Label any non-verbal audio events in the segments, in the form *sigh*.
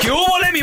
¿Qué hubo, mi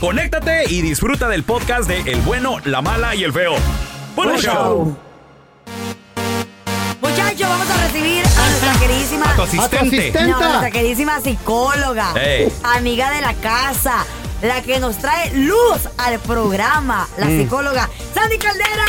conéctate y disfruta del podcast de El bueno, la mala y el feo. Bueno, Buen show. Muchachos, vamos a recibir a nuestra *laughs* queridísima... A tu asistente. No, a nuestra queridísima psicóloga, Ey. amiga de la casa, la que nos trae luz al programa, la Mm. psicóloga Sandy Caldera.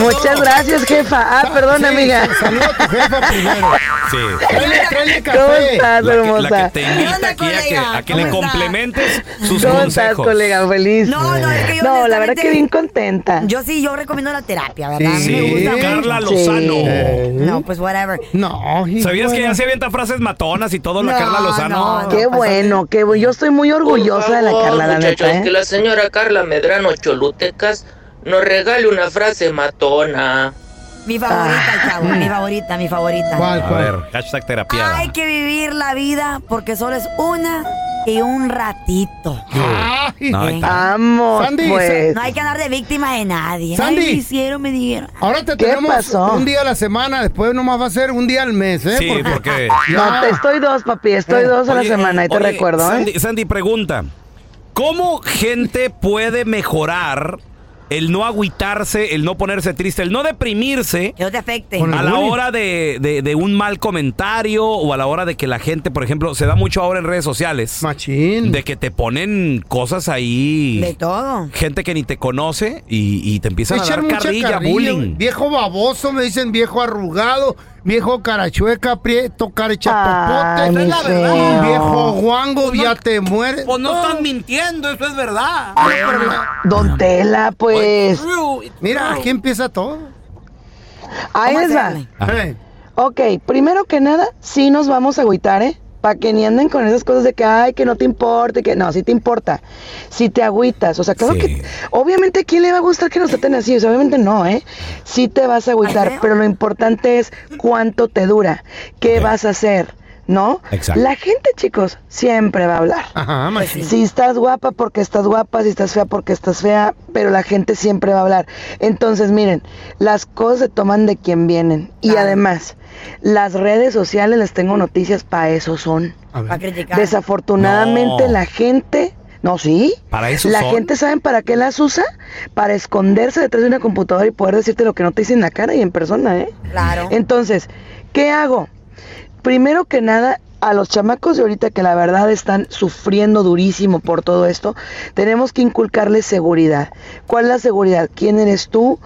Muchas gracias, jefa. Ah, perdón, amiga. Saluda a tu jefa *laughs* primero. Sí. Tráele, tráele ¿Cómo café. estás, La que, la que hermosa? te invita onda, aquí a que, colega? a que ¿Cómo le está? complementes sus ¿Cómo estás, consejos. colega? Feliz. No, no, es que yo No, la verdad honestamente- que bien contenta. Yo sí, yo recomiendo la terapia, ¿verdad? A mí me Sí, gusta. Carla Lozano. Sí. No, pues whatever. No, hijo. ¿Sabías que ya se avienta frases matonas y todo la No, Carla Lozano? no, no. Qué bueno, qué bueno. Yo estoy muy orgullosa de la favor, Carla, la muchachos, neta, que ¿eh? la señora Carla Medrano Cholutecas nos regale una frase matona. Mi favorita, Ah. chavo, Mm. mi favorita, mi favorita. ¿Cuál, A cuál? ver, hashtag terapia. Hay que vivir la vida porque solo es una y un ratito. Ay, No, ahí está. Vamos, Sandy, pues. No hay que andar de víctima de nadie. Sandy. Ay, me hicieron, me dijeron. Ahora te ¿Qué tenemos pasó? un día a la semana, después nomás va a ser un día al mes, ¿eh? Sí, porque... Eh, No, te- estoy dos, papi. Estoy dos a la Oye, semana y te oye, recuerdo, Sandy, ¿eh? Sandy, pregunta. ¿Cómo gente puede mejorar el no agüitarse, el no ponerse triste, el no deprimirse Que no te afecte. Con el a la bullying. hora de, de- de un mal comentario o a la hora de que la gente, por ejemplo, se da mucho ahora en redes sociales Machín. de que te ponen cosas ahí... De todo. Gente que ni te conoce y, y te empiezan a Echar dar mucha carrilla, carrilla, bullying. Viejo baboso, me dicen viejo arrugado, viejo carachueca, prieto, Ay, carachapopote. mi la verdad. feo. Viejo guango, ya te mueres. Ah, Pues no están mintiendo, eso es verdad. Don Tela, pues. Mira, aquí empieza todo. Ahí ¿Cómo les va. hacerle? Eh, Ok, primero que nada, sí nos vamos a agüitar, ¿eh? Para que ni anden con esas cosas de que, ay, que no te importa, y que no, sí te importa. Si te agüitas, o sea, claro Sí. que, obviamente, ¿a ¿quién le va a gustar que nos traten así? O sea, obviamente no, ¿eh? Sí te vas a feo. agüitar, pero lo importante es cuánto te dura, qué Ok. vas a hacer, ¿no? Exacto. La gente, chicos, siempre va a hablar. Ajá, machín. Si estás guapa porque estás guapa, si estás fea porque estás fea, pero la gente siempre va a hablar. Entonces, miren, las cosas se toman de quien vienen. Y Claro. además, las redes sociales, les tengo noticias, para eso son. A Para ver. criticar. Desafortunadamente, No. la gente... No, sí. Para eso La son. gente, ¿saben para qué las usa? Para esconderse detrás de una computadora y poder decirte lo que no te dice en la cara y en persona, ¿eh? Claro. Entonces, ¿qué hago? Primero que nada, a los chamacos de ahorita que la verdad están sufriendo durísimo por todo esto, tenemos que inculcarles seguridad. ¿Cuál es la seguridad? ¿Quién eres tú?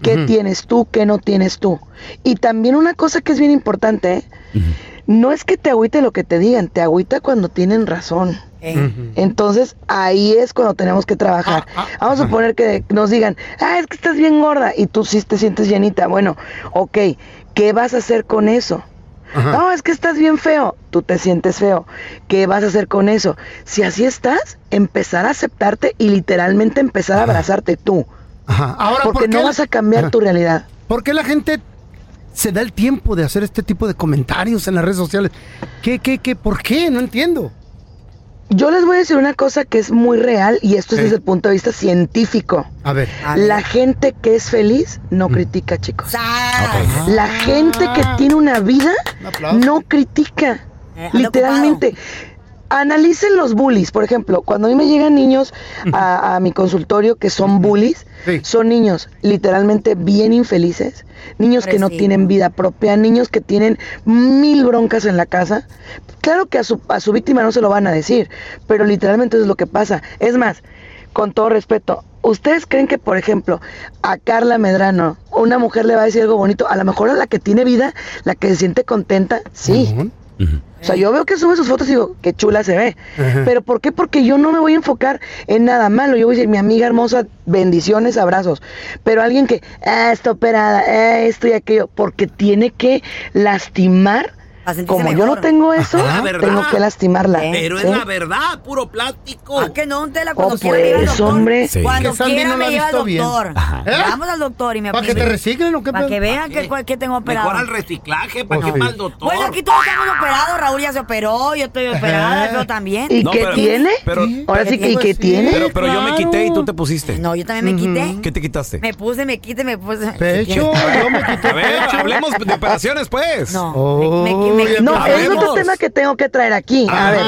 ¿Qué tienes tú? ¿Qué no tienes tú? Y también una cosa que es bien importante, ¿eh? no es que te agüite lo que te digan, te agüita cuando tienen razón. Eh, Mm. Entonces ahí es cuando tenemos que trabajar. Ah, Vamos a suponer que nos digan, ah, es que estás bien gorda y tú sí te sientes llenita. Bueno, ok, ¿qué vas a hacer con eso? No, es que estás bien feo. Tú te sientes feo. ¿Qué vas a hacer con eso? Si así estás, empezar a aceptarte y literalmente empezar a abrazarte tú. Ahora, ¿por porque qué no la- vas a cambiar Ajá. tu realidad. ¿Por qué la gente se da el tiempo de hacer este tipo de comentarios en las redes sociales? ¿Qué, qué, qué? ¿Por qué? No entiendo. Yo les voy a decir una cosa que es muy real y esto es desde el punto de vista científico. A ver. Mm. La gente que es feliz no critica, chicos. La gente que tiene una vida no critica. Literalmente. Analicen los bullies, por ejemplo, cuando a mí me llegan niños a, a mi consultorio que son bullies, son niños literalmente bien infelices, niños que no Pobrecito. tienen vida propia, niños que tienen mil broncas en la casa. Claro que a su, a su víctima no se lo van a decir, pero literalmente eso es lo que pasa. Es más, con todo respeto, ¿ustedes creen que, por ejemplo, a Carla Medrano, una mujer le va a decir algo bonito? A lo mejor a la que tiene vida, la que se siente contenta, sí. O sea, yo veo que sube sus fotos y digo, qué chula se ve. Ajá. Pero ¿por qué? Porque yo no me voy a enfocar en nada malo. Yo voy a decir, mi amiga hermosa, bendiciones, abrazos. Pero alguien que, ah, está operada, ah, esto y aquello, porque tiene que lastimar. Para sentirse Como yo mejor. Eh, no tengo eso, La verdad. tengo que lastimarla. ¿Eh? Pero es ¿sí? la verdad, puro plástico. ¿A Ah, que no, Tela? Oh, Cuando quiera me lleva al pues, doctor. hombre. Sí. Cuando Que Sandy quiera no la me ha lleva al visto bien. doctor. Ajá. ¿Eh? Vamos al doctor y me ¿Para que te reciclen o qué Para pedo? que vean ¿Para que, qué? cual- que tengo operado. Mejor al reciclaje, ¿para Ok. qué mal doctor? Bueno, aquí todos estamos operados. Raúl ya se operó, yo estoy operada, yo también. ¿Y No, qué pero- tiene? pero- Ahora sí que, ¿y Pues qué sí. tiene? Pero, pero yo me claro. quité y tú te pusiste. No, yo también me quité. ¿Qué te quitaste? Me puse, me quité, me puse. Pecho, yo me quité A ver, pecho. hablemos de operaciones, pues. No. Oh, me, me, me, No, me- es otro Hablemos. tema que tengo que traer aquí. Ah, A ver,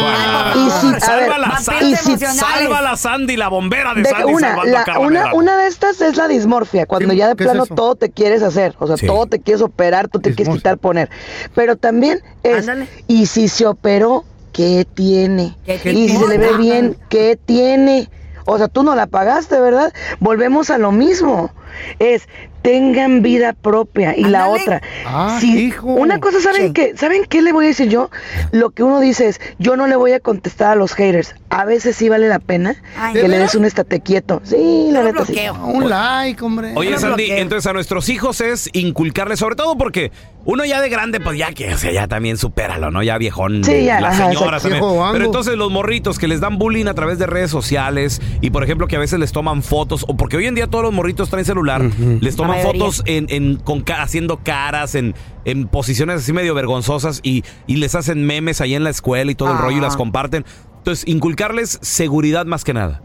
y si, a ver, Sálvala, vampiros y si, emocionales. Sálvala, Sandy, la bombera de, de- Sandy. una, salvando a la- Carla una, Medrano. una de estas es la dismorfia, cuando ¿Qué- ya de qué es plano eso? todo te quieres hacer, o sea, Sí. todo te quieres operar, tú te quieres Dismorfia. quitar, poner. Pero también es, Ándale. y si se operó, ¿qué tiene? ¿Qué y si se le ve tiene? bien, ¿qué tiene? O sea, tú no la pagaste, ¿verdad? Volvemos a lo mismo. Es tengan vida propia y la Ándale. otra. Ah, si hijo. una cosa saben Sí. que saben qué le voy a decir yo, lo que uno dice es, yo no le voy a contestar a los haters. A veces sí vale la pena Ay. que ¿De le veras? des un estate quieto. Sí, yo la lo neta sí. bloqueo. Un like, hombre. Oye, Yo Sandy, bloqueo. entonces a nuestros hijos es inculcarles, sobre todo porque uno ya de grande, pues ya que, o sea, ya también supéralo, ¿no? Ya viejón, Sí, ya, las ajá, señoras exacto. también. Viejo vango. Pero entonces los morritos que les dan bullying a través de redes sociales y, por ejemplo, que a veces les toman fotos, o porque hoy en día todos los morritos traen celular, les toman La mayoría. fotos en, en- con ca- haciendo caras, en, en posiciones así medio vergonzosas y, y les hacen memes ahí en la escuela y todo el Ah. rollo y las comparten. Entonces, inculcarles seguridad más que nada.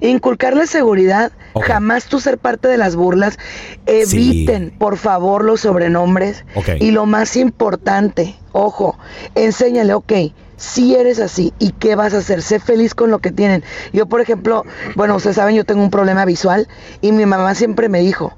Inculcarle seguridad, Ok. jamás tú ser parte de las burlas. Sí. Eviten, por favor, los sobrenombres. Ok. Y lo más importante, ojo, enséñale, ok, si eres así, ¿y qué vas a hacer? Sé feliz con lo que tienen. Yo, por ejemplo, bueno, ustedes saben, yo tengo un problema visual y mi mamá siempre me dijo,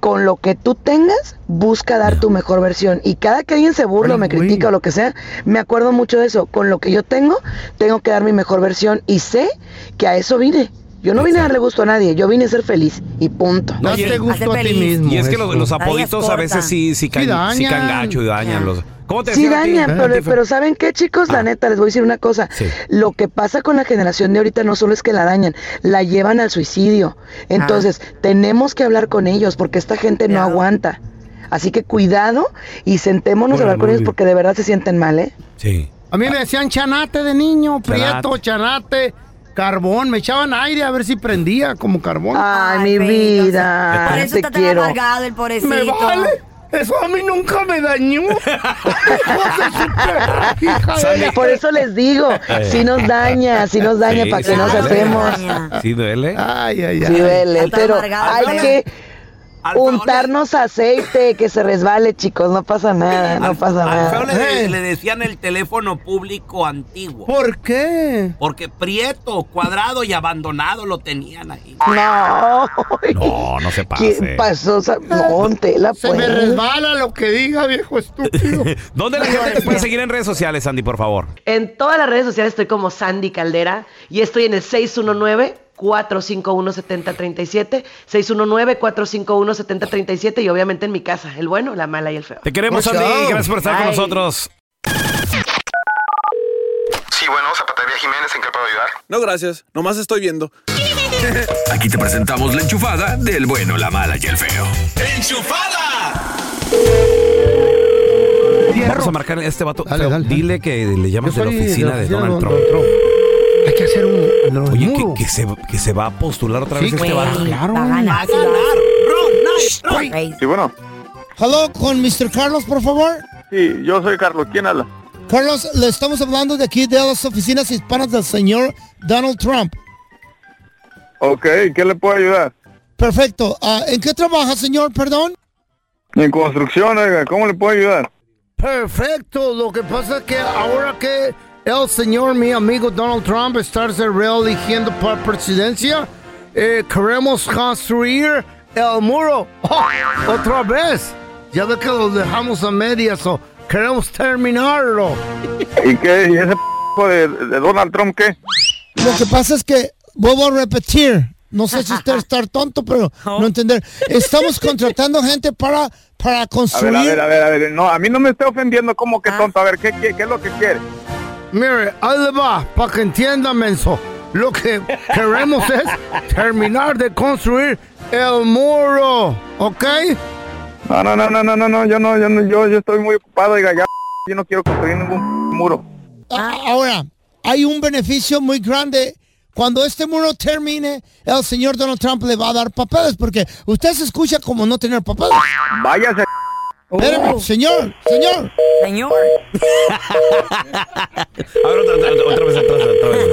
con lo que tú tengas, busca dar tu mejor versión. Y cada que alguien se burla o Ay, me güey. critica o lo que sea, me acuerdo mucho de eso. Con lo que yo tengo, tengo que dar mi mejor versión y sé que a eso vine. Yo no vine a darle gusto a nadie, yo vine a ser feliz y punto. No, y- Date gusto a ti feliz. mismo. Y es que los, eso. los apoditos a corta. veces sí, sí, caen- dañan. sí caen gacho y dañan. Ya. Los, ¿Cómo te Sí decían a ti? Ah. dañan, pero, pero ¿saben qué chicos? La neta, les voy a decir una cosa. Sí. Lo que pasa con la generación de ahorita no solo es que la dañan, la llevan al suicidio. Entonces, tenemos que hablar con ellos porque esta gente no Cuidado. aguanta. Así que cuidado y sentémonos Por a hablar el con amor ellos de- porque de verdad se sienten mal, ¿eh? Sí. A mí me decían chanate de niño, prieto, chanate, carbón. Me echaban aire a ver si prendía como carbón. Ay, mi feito. vida, Por eso te está tan quiero. amargado el pobrecito. ¡Me vale! Eso a mí nunca *laughs* me dañó. Por eso les digo, *laughs* si nos daña, si nos daña, Sí, para que sí, nos duele. hacemos. Sí, duele. Ay, ay, Sí ay. duele, Está pero amargado, hay duele. que Al feo le- untarnos aceite, que se resbale, chicos, no pasa nada, no al- pasa al feo nada. le, de- Eh. le decían el teléfono público antiguo. ¿Por qué? Porque prieto, cuadrado y abandonado lo tenían ahí. No, *laughs* No, no se ¿quién pase. pasó? Sa- No, Tela, Se me pues. resbala lo que diga, *laughs* viejo estúpido. ¿Dónde la gente te puede seguir en redes sociales, Andy, por favor? En todas las redes sociales estoy como Sandy Caldera y estoy en el 619-451-7037, 619-451-7037 y obviamente en mi casa, el bueno, la mala y el feo. Te queremos, Mucho. Andy. Gracias por estar con Bye. nosotros. Sí, bueno, Zapatería Jiménez, ¿en qué puedo ayudar? No, gracias. Nomás estoy viendo. Aquí te presentamos la enchufada del bueno, la mala y el feo. ¡Enchufada! Vamos a marcarle a este vato. Feo, Dile que le llamas de la Yo soy de la oficina de oficina de Donald Trump. Donald Hay que hacer un. Oye, que, que se, que se va a postular otra Sí, vez este güey, vato. claro. Va a ganar. Sí, bueno. Hello, con Mr. Carlos, por favor. Sí, yo soy Carlos. ¿Quién habla? Carlos, le estamos hablando de aquí de las oficinas hispanas del señor Donald Trump. Ok, ¿qué le puedo ayudar? Perfecto. Ah, ¿En qué trabaja, señor? Perdón. En construcción, oiga, ¿cómo le puedo ayudar? Perfecto, lo que pasa es que ahora que el señor, mi amigo Donald Trump, está se reeligiendo para presidencia, eh, queremos construir el muro ¡Oh! otra vez. Ya ve que lo dejamos a medias o queremos terminarlo. ¿Y qué? ¿Y ese p de, de Donald Trump qué? Lo que pasa es que vuelvo a repetir. No sé si usted está tonto, pero no entender. Estamos contratando gente para, para A construir. ver, a ver, a ver, a ver. No, a mí no me esté ofendiendo como Ah. que tonto. A ver, ¿qué, qué, qué es lo que quiere? Mire, ahí le va, para que entienda, menso. Lo que queremos es terminar de construir el muro, ¿ok? No, no, no, no, no, no, no, yo no, yo no, yo, yo estoy muy ocupado, oiga, ya, yo no quiero construir ningún p- muro. A- Ah, Ahora, hay un beneficio muy grande. Cuando este muro termine, el señor Donald Trump le va a dar papeles, porque usted se escucha como no tener papeles. Váyase. Espérame, señor, señor. *laughs* Señor. A ver, otra, otra- otra vez, otra vez, otra vez,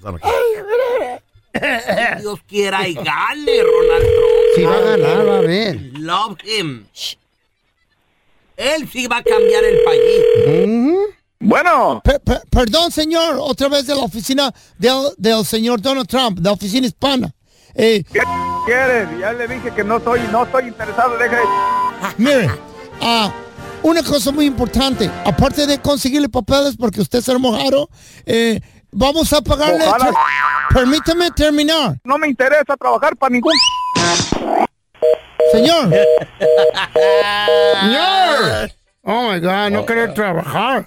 otra *laughs* vez. Dios quiera y gane, Ronald Trump. Si va a ganar, va a ver. Love him. Él sí va a cambiar el país. Bueno. perdón, señor, otra vez de la oficina del, del señor Donald Trump, de la oficina hispana. Eh, ¿Qué quieres? Ya le dije que no estoy, no estoy interesado, deja de... Mire, ah, una cosa muy importante, aparte de conseguirle papeles porque usted se mojaro, eh, vamos a pagarle... Ojalá. Permítame terminar. No me interesa trabajar para ningún... Señor. ¡Señor! Oh my God, no querer trabajar.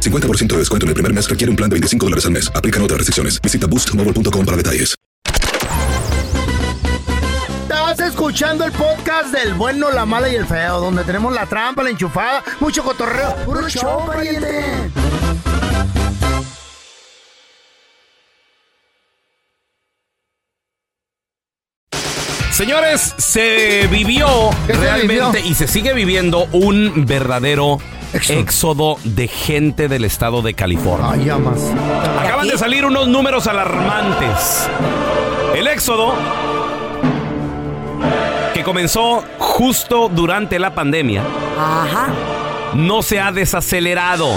50% de descuento en el primer mes requiere un plan de 25 dólares al mes. Aplican otras restricciones. Visita boostmobile.com para detalles. Estás escuchando el podcast del bueno, la mala y el feo, donde tenemos la trampa, la enchufada, mucho cotorreo. ¡Puro show, pariente! Señores, se vivió ¿Qué se realmente vivió? y se sigue viviendo un verdadero éxodo de gente del estado de California. Acaban de salir unos números alarmantes. El éxodo que comenzó justo durante la pandemia no se ha desacelerado.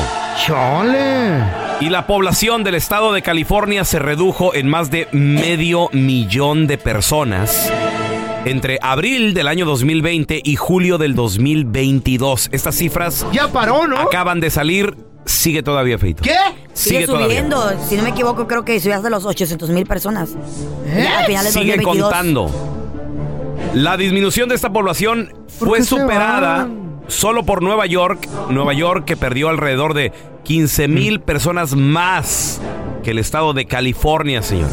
Y la población del estado de California se redujo en más de medio millón de personas entre abril del año 2020 y julio del 2022. Estas cifras ya paró, ¿no? Acaban de salir, sigue todavía feito. ¿Qué? Sigue, Sigue todavía. subiendo. Si no me equivoco, creo que subió hasta los 800 mil personas. ¿Eh? Ya Al final del Sigue 2022. contando. La disminución de esta población fue qué se superada, van? Solo por Nueva York, Nueva York que perdió alrededor de 15 Mm. mil personas más que el estado de California, señores.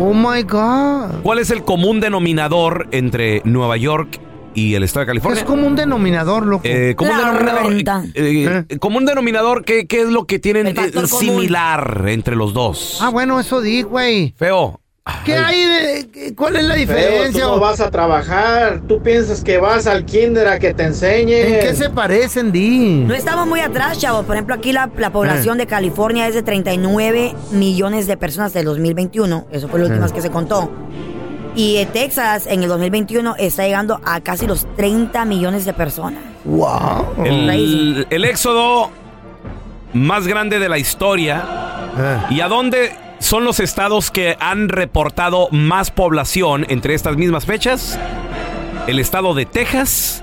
Oh my God. ¿Cuál es el común denominador entre Nueva York y el estado de California? Es como un denominador, loco. e- Eh, común La denominador, renta. eh, eh, común denominador, ¿qué, qué es lo que tienen El factor eh, similar entre los dos? Ah, bueno, eso di, güey. Feo. ¿Qué hay de.? qué- ¿Cuál es la Feo, diferencia? tú no vas a trabajar, tú piensas que vas al kinder a que te enseñen. ¿En qué se parecen, Di? No estamos muy atrás, chavos. Por ejemplo, aquí la, la población Eh. de California es de 39 millones de personas del 2021. Eso fue lo último Eh. que se contó. Y eh, Texas en el 2021 está llegando a casi los 30 millones de personas. ¡Wow! El, el éxodo más grande de la Ah. historia. ¿Y a dónde son los estados que han reportado más población entre estas mismas fechas? El estado de Texas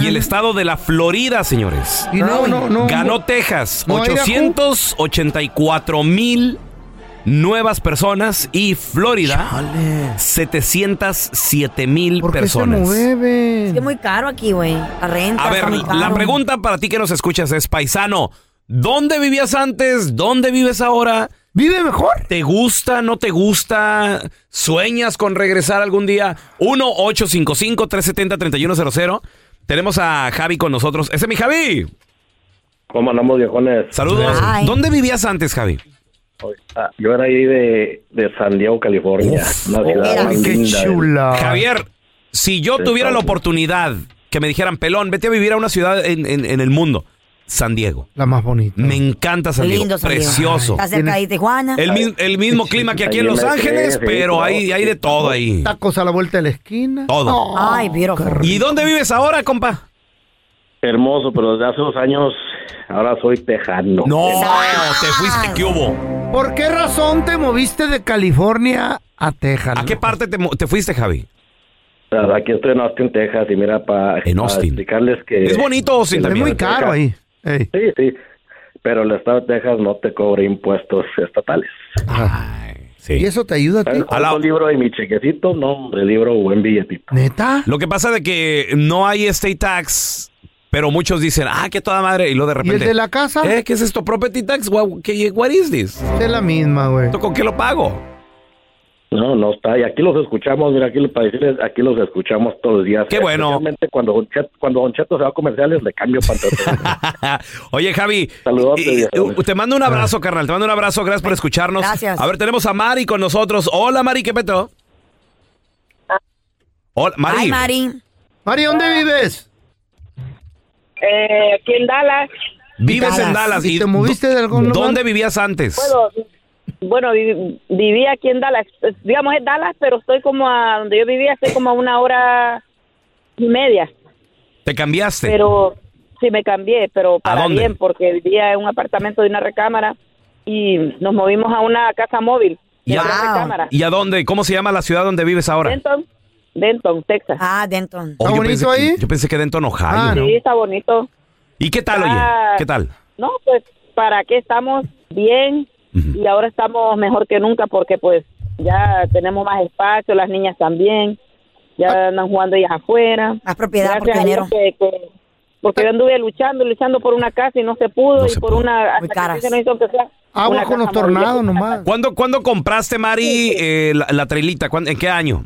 y el estado de la Florida, señores. Ah. Y no, no, no. Ganó Texas, ¿No hay 884 mil nuevas personas y Florida, 707 mil personas. Es que muy caro aquí, güey. La renta. A ver, está muy la caro. pregunta para ti que nos escuchas es, paisano, ¿dónde vivías antes? ¿Dónde vives ahora? ¿Vive mejor? ¿Te gusta? ¿No te gusta? ¿Sueñas con regresar algún día? 1-855-370-3100. Tenemos a Javi con nosotros. ¡Ese es mi Javi! ¿Cómo andamos, viejones? Saludos. ¿Dónde vivías antes, Javi? Ah, yo era ahí de, de San Diego, California. oh, una ciudad más linda. Javier, si yo Sí, tuviera la padre. oportunidad que me dijeran, pelón, vete a vivir a una ciudad en, en- en el mundo. San Diego. La más bonita. Me encanta San Diego. Lindo, San Diego. Precioso. Está cerca de Tijuana. El, mis- el mismo clima que aquí en ahí Los me Ángeles, crece, pero todo. hay, hay de todo ahí. Tacos a la vuelta de la esquina. Todo. Ay, beautiful. ¿Y dónde vives ahora, compa? Hermoso, pero desde hace dos años ahora soy tejano. No, te fuiste, ¿qué hubo? ¿Por qué razón te moviste de California a Ah, Texas? ¿A qué parte te, mo- te fuiste, Javi? Aquí estoy en Austin, Texas, y mira, para Austin. explicarles que... Es bonito Austin el también. estado de Es muy caro Texas- Sí, sí, pero el estado de Texas no te cobra impuestos estatales. ¿Y eso te ayuda a ti? Al libro y mi chequecito, no, hombre, libro, buen billetito. ¿Neta? Lo que pasa de que no hay state tax, pero muchos dicen, ah, que toda madre, y luego ¿Y de repente. el de la casa? Eh, ¿Qué es esto? ¿Property tax? What, ¿qué- what is this? Es la misma, güey. ¿Con qué lo pago? No, no está. Y aquí los escuchamos, mira, aquí, para decirles, aquí los escuchamos todos los días. Qué bueno. Especialmente cuando Don Cheto, cuando Don Cheto se va a comerciales, le cambio pantalla. *laughs* *laughs* Oye, Javi. Saludos. y- y- te mando un abrazo, carnal. Te mando un abrazo. Gracias por escucharnos. Gracias. A ver, tenemos a Mari con nosotros. Hola, Mari, ¿qué petó? Hola, Mari. Ay, Mari. Mari, ¿dónde vives? Eh, aquí en Dallas. Vives en Dallas. ¿Y te moviste de algún lugar? ¿Dónde vivías antes? Bueno, bueno vi- viví aquí en Dallas. Eh, Digamos, es Dallas, pero estoy como a donde yo vivía, estoy como a una hora y media. ¿Te cambiaste? Pero sí me cambié, pero para dónde? bien, porque vivía en un apartamento de una recámara y nos movimos a una casa móvil. de ¿Y a, tres recámaras. y a dónde? ¿Cómo se llama la ciudad donde vives ahora? Denton, Denton, Texas. Ah, Denton. Oh, yo pensé que- yo pensé que Denton, Ohio. Ah, ¿no? Sí, está bonito. ¿Y qué tal, Ah. oye? ¿Qué tal? No, pues para qué estamos bien y ahora estamos mejor que nunca porque pues ya tenemos más espacio, las niñas también, ya Ah. andan jugando ellas afuera. Más propiedad por Gracias a dinero. Dios que- que- porque yo anduve luchando, luchando por una casa y no se pudo y por una... hasta que caras. se nos hizo que sea una casa muy bien. nomás. ¿Cuándo, cuándo compraste, Mari, eh, la, la trailita? ¿Cuán- ¿En qué año?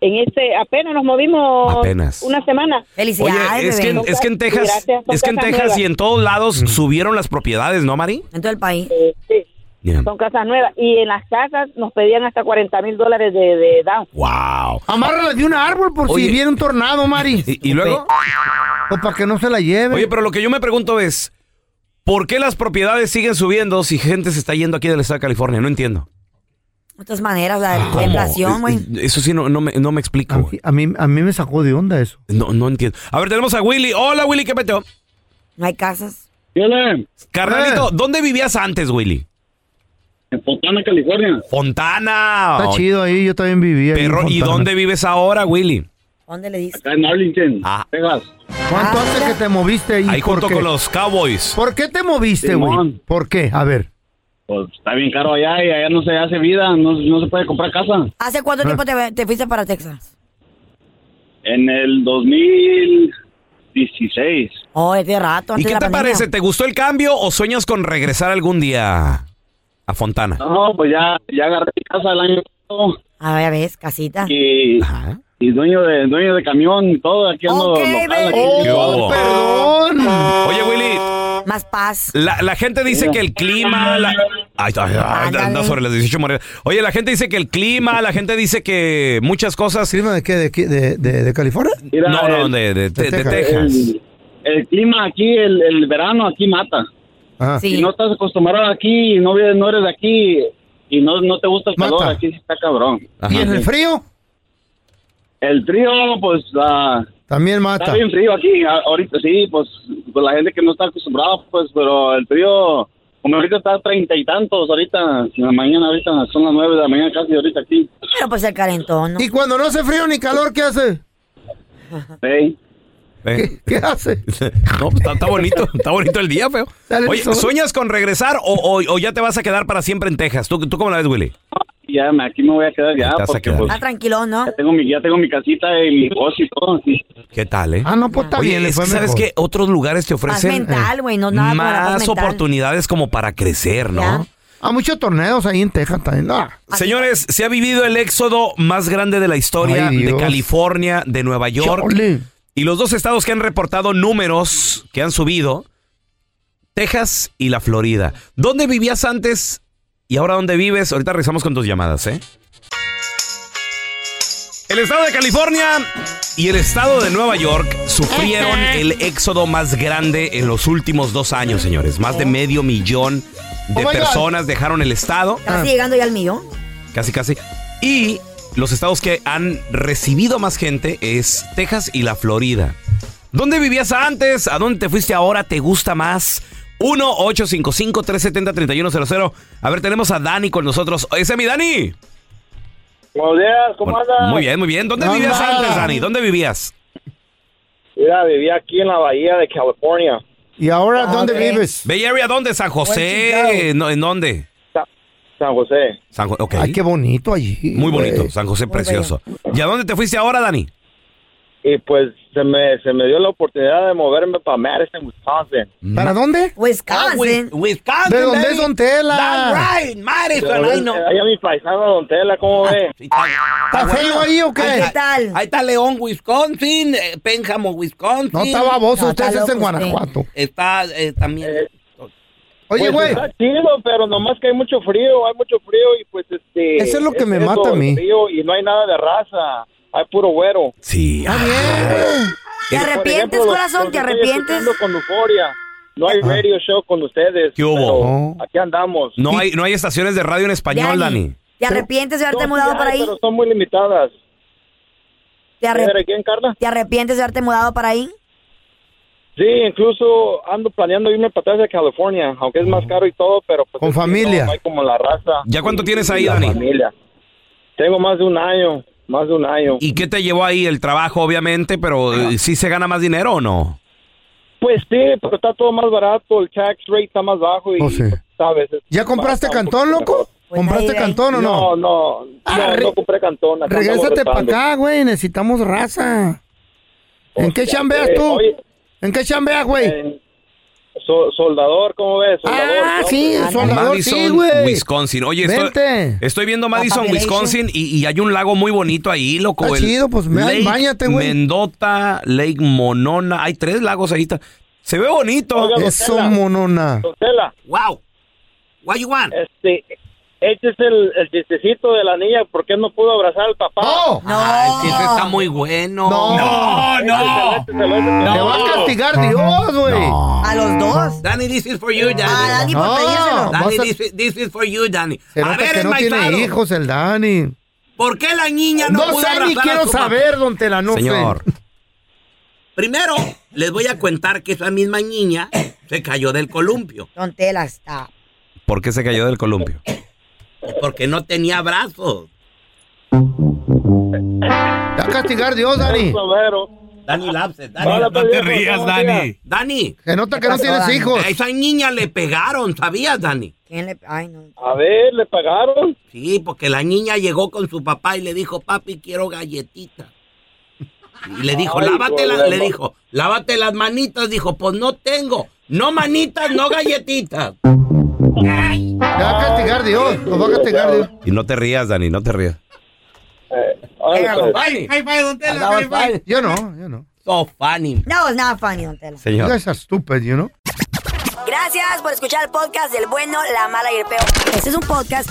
En este, apenas nos movimos Apenas. una semana. Oye, es que, en- es que en Texas, Gracias, son es que en casas Texas nuevas. y en todos lados subieron las propiedades, ¿no, Mari? En todo el país. Eh, sí. Bien. Son casas nuevas. Y en las casas nos pedían hasta 40 mil dólares de, de down. ¡Wow! Amárrala de un árbol por Oye. si Pues viene un tornado, Mari. *laughs* ¿Y, y luego? O para que no se la lleve. Oye, pero lo que yo me pregunto es, ¿por qué las propiedades siguen subiendo si gente se está yendo aquí del estado de California? No entiendo. De todas maneras, la, la Ah, ¿Cómo? inflación, güey. Eh, eh, Eso sí, no, no me, no me explico. güey. A mí, a mí me sacó de onda eso. No, no entiendo. A ver, tenemos a Willy. Hola, Willy, ¿qué peteo? No hay casas. Ah. Carnalito, ¿dónde vivías antes, Willy? En Fontana, California. Fontana. Está Oye, chido ahí, yo también vivía. ahí en Ah, perro, ¿y Fontana. dónde vives ahora, Willy? Ah. ¿Dónde le Ah, dices? Acá en Arlington, Texas. ¿Cuánto hace que te moviste ahí? Ahí ¿Por junto qué? con los Cowboys. ¿Por qué te moviste, güey? Simón. ¿Por qué? A ver. Pues está bien caro allá y allá no se hace vida, no, no se puede comprar casa. ¿Hace cuánto Ah. tiempo te, te fuiste para Texas? En el 2000, 16. Oh, es de ¿Y rato. Antes de qué la te pandemia. parece? ¿Te gustó el cambio o sueñas con regresar algún día a Fontana? No, pues ya, ya agarré mi casa el año pasado. Ah, ya ves, casita. Y, y dueño de dueño de camión y todo. Aquí ando Ok, local, aquí. ¿Qué hubo? Oh, Oye, Willy. Más paz. La, la gente dice que el clima... La... Ay, ay, ay, anda sobre las 18 monedas. Oye, la gente dice que el clima, la gente dice que muchas cosas... ¿Clima de qué? ¿De, qué? de, de- de California? Mira, No, no, el- de, de- de- de Texas. El, el clima aquí, el, el verano aquí mata. Ah, Si no estás acostumbrado aquí y no, vi- no eres de aquí y no, no te gusta el calor, aquí sí está cabrón. ¿Y en el frío? El frío, pues... ah, También mata. Está bien frío aquí, a- ahorita sí, pues, pues la gente que no está acostumbrada, pues, pero el frío, como ahorita está treinta y tantos, ahorita, en la mañana, ahorita son las nueve de la mañana casi, ahorita aquí. Pero pues el calentón, ¿no? ¿Y cuando no hace frío ni calor, qué hace? Ey. ¿Qué, qué hace? ¿Eh? *laughs* No, está, está bonito, está bonito el día, feo. Sale el Oye, sol. ¿sueñas con regresar o, o- o ya te vas a quedar para siempre en Texas? ¿Tú, tú cómo la ves, Willy? Ya, me- aquí me voy a quedar ya, Te vas a porque quedar. pues, Está tranquilo, ¿no? ya tengo mi, ya tengo mi casita y mi voz y todo, así. ¿Qué tal, eh? Ah, no, pues está Oye, bien, le es fue que ¿sabes mejor. qué? Otros lugares te ofrecen mental, güey, no nada como la paz más mental. oportunidades como para crecer, ¿no? A Ah, muchos torneos ahí en Texas también. Ah. Señores, se ha vivido el éxodo más grande de la historia Ay, Dios. de California, de Nueva York. Y los dos estados que han reportado números que han subido, Texas y la Florida. ¿Dónde vivías antes y ahora dónde vives? Ahorita regresamos con tus llamadas, ¿eh? El estado de California y el estado de Nueva York sufrieron el éxodo más grande en los últimos dos años, señores. Más de medio millón de Oh my God. Ah. personas dejaron el estado. Ah. Casi llegando ya al millón. Casi, casi. Y los estados que han recibido más gente es Texas y la Florida. ¿Dónde vivías antes? ¿A dónde te fuiste ahora? ¿Te gusta más? 1-855-370-3100. A ver, tenemos a Dani con nosotros. Ese es mi Dani. Buenos días, ¿cómo andas? Muy bien, muy bien. ¿Dónde No, vivías nada. antes, Dani? ¿Dónde vivías? Mira, vivía aquí en la bahía de California. ¿Y ahora dónde Ah, ok. vives? Bay Area, ¿dónde? ¿San Buen José? ¿No- ¿En dónde? San José. San Jo- ok. Ay, qué bonito allí. Muy güey. bonito, San José, precioso. ¿Y a dónde te fuiste ahora, Dani? Y pues se me, se me dio la oportunidad de moverme para Madison, Wisconsin. Ah, ¿Para dónde? Wisconsin. Wisconsin. ¿De dónde es baby. Don Tela? That's right, Pero, Ahí a mi paisano, Don Tela, ¿cómo Ah, ve? ¿Está Ah, feo ahí o qué? ¿Qué tal? Ahí está León, Wisconsin, eh, Pénjamo, Wisconsin. No está baboso, No, usted está es en loco Guanajuato. Está eh, también. Oye, güey. Pues, Está chido, pero nomás que hay mucho frío, hay mucho frío y pues este... Eso es lo que me mata a el mí. frío y no hay nada de raza, hay puro güero. Sí. ¿Te arrepientes, corazón? ¿Te arrepientes? con euforia. No hay radio show con ustedes. ¿Qué hubo? pero Aquí andamos. No hay, no hay estaciones de radio en español, Dani. Dani. ¿Te arrepientes de haberte No, mudado sí para hay, ahí? Pero son muy limitadas. ¿Te, arre- ¿Pero quién, Carla? ¿Te arrepientes de haberte mudado para ahí? Sí, incluso ando planeando irme para atrás de California, aunque es más caro y todo, pero... Pues, Con es que familia. No, no hay como la raza. ¿Ya cuánto tienes ahí, La Dani? familia. Tengo más de un año, más de un año. ¿Y qué te llevó ahí? El trabajo, obviamente, pero eh, ¿sí se gana más dinero o no? Pues sí, pero está todo más barato, el tax rate está más bajo y, pues, Oh, sí. ¿sabes? Es ¿Ya más compraste barato, cantón, un poquito loco? mejor. ¿Compraste cantón o no? Ah, No, no, no, no compré cantón. acá andamos Regrésate para rentando. acá, güey. Necesitamos raza. ¿En qué chambeas eh, tú? oye. ¿En qué chambeas, güey? So- soldador, ¿cómo ves? Soldador, Ah, ¿no? sí, Pues, soldador, sí, Madison, güey. Wisconsin. Oye, estoy, Vente. estoy viendo Madison, Papalecho. Wisconsin y, y hay un lago muy bonito ahí, loco. Está el chido, pues, me- Lake báñate, güey. Mendota, Lake Monona. Hay tres lagos ahí. está- Se ve bonito. Eso, monona. Tela. Wow. What you want? Este, este es el, el chistecito de la niña, ¿por qué no pudo abrazar al papá? ¡No! Ah, el chiste está muy bueno. No. no. no. Te va a castigar Dios, güey. A los dos. Danny, this is for you, Danny. Ah, Dani, por No, pedírselo. Danny, vas a- this, is- this is for you, Danny. Se a nota ver, que no tiene enmaizado, hijos el Dani. ¿por qué la niña no, No pudo sé ni abrazar a quiero su papá? saber, don Tela, no sé. Señor. Primero, les voy a contar que esa misma niña se cayó del columpio Don Tela está. ¿Por qué se cayó del columpio? porque no tenía brazos. Te va a castigar Dios, Dani. Dani Lapses, No, Dani. no te No te rías, rías, no, Dani. digas. Dani. Se nota que no tienes hijos. A esa niña le pegaron, ¿sabías, Dani? ¿Quién le.? Ay, no. A ver, ¿le pagaron? Sí, porque la niña llegó con su papá y le dijo, papi, quiero galletita. Y le dijo, Ay, lávate, la- le problema. dijo, lávate las manitas. Dijo, pues no tengo. No manitas, no galletitas. Va a castigar Dios, nos va a castigar Dios. Y no te rías, Dani, no te rías. pues. Yo no, yo no. So funny. No, es nada funny, don Tela. You guys are stupid, you know? Gracias por escuchar el podcast del bueno, la mala y el peor. Este es un podcast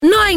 No hay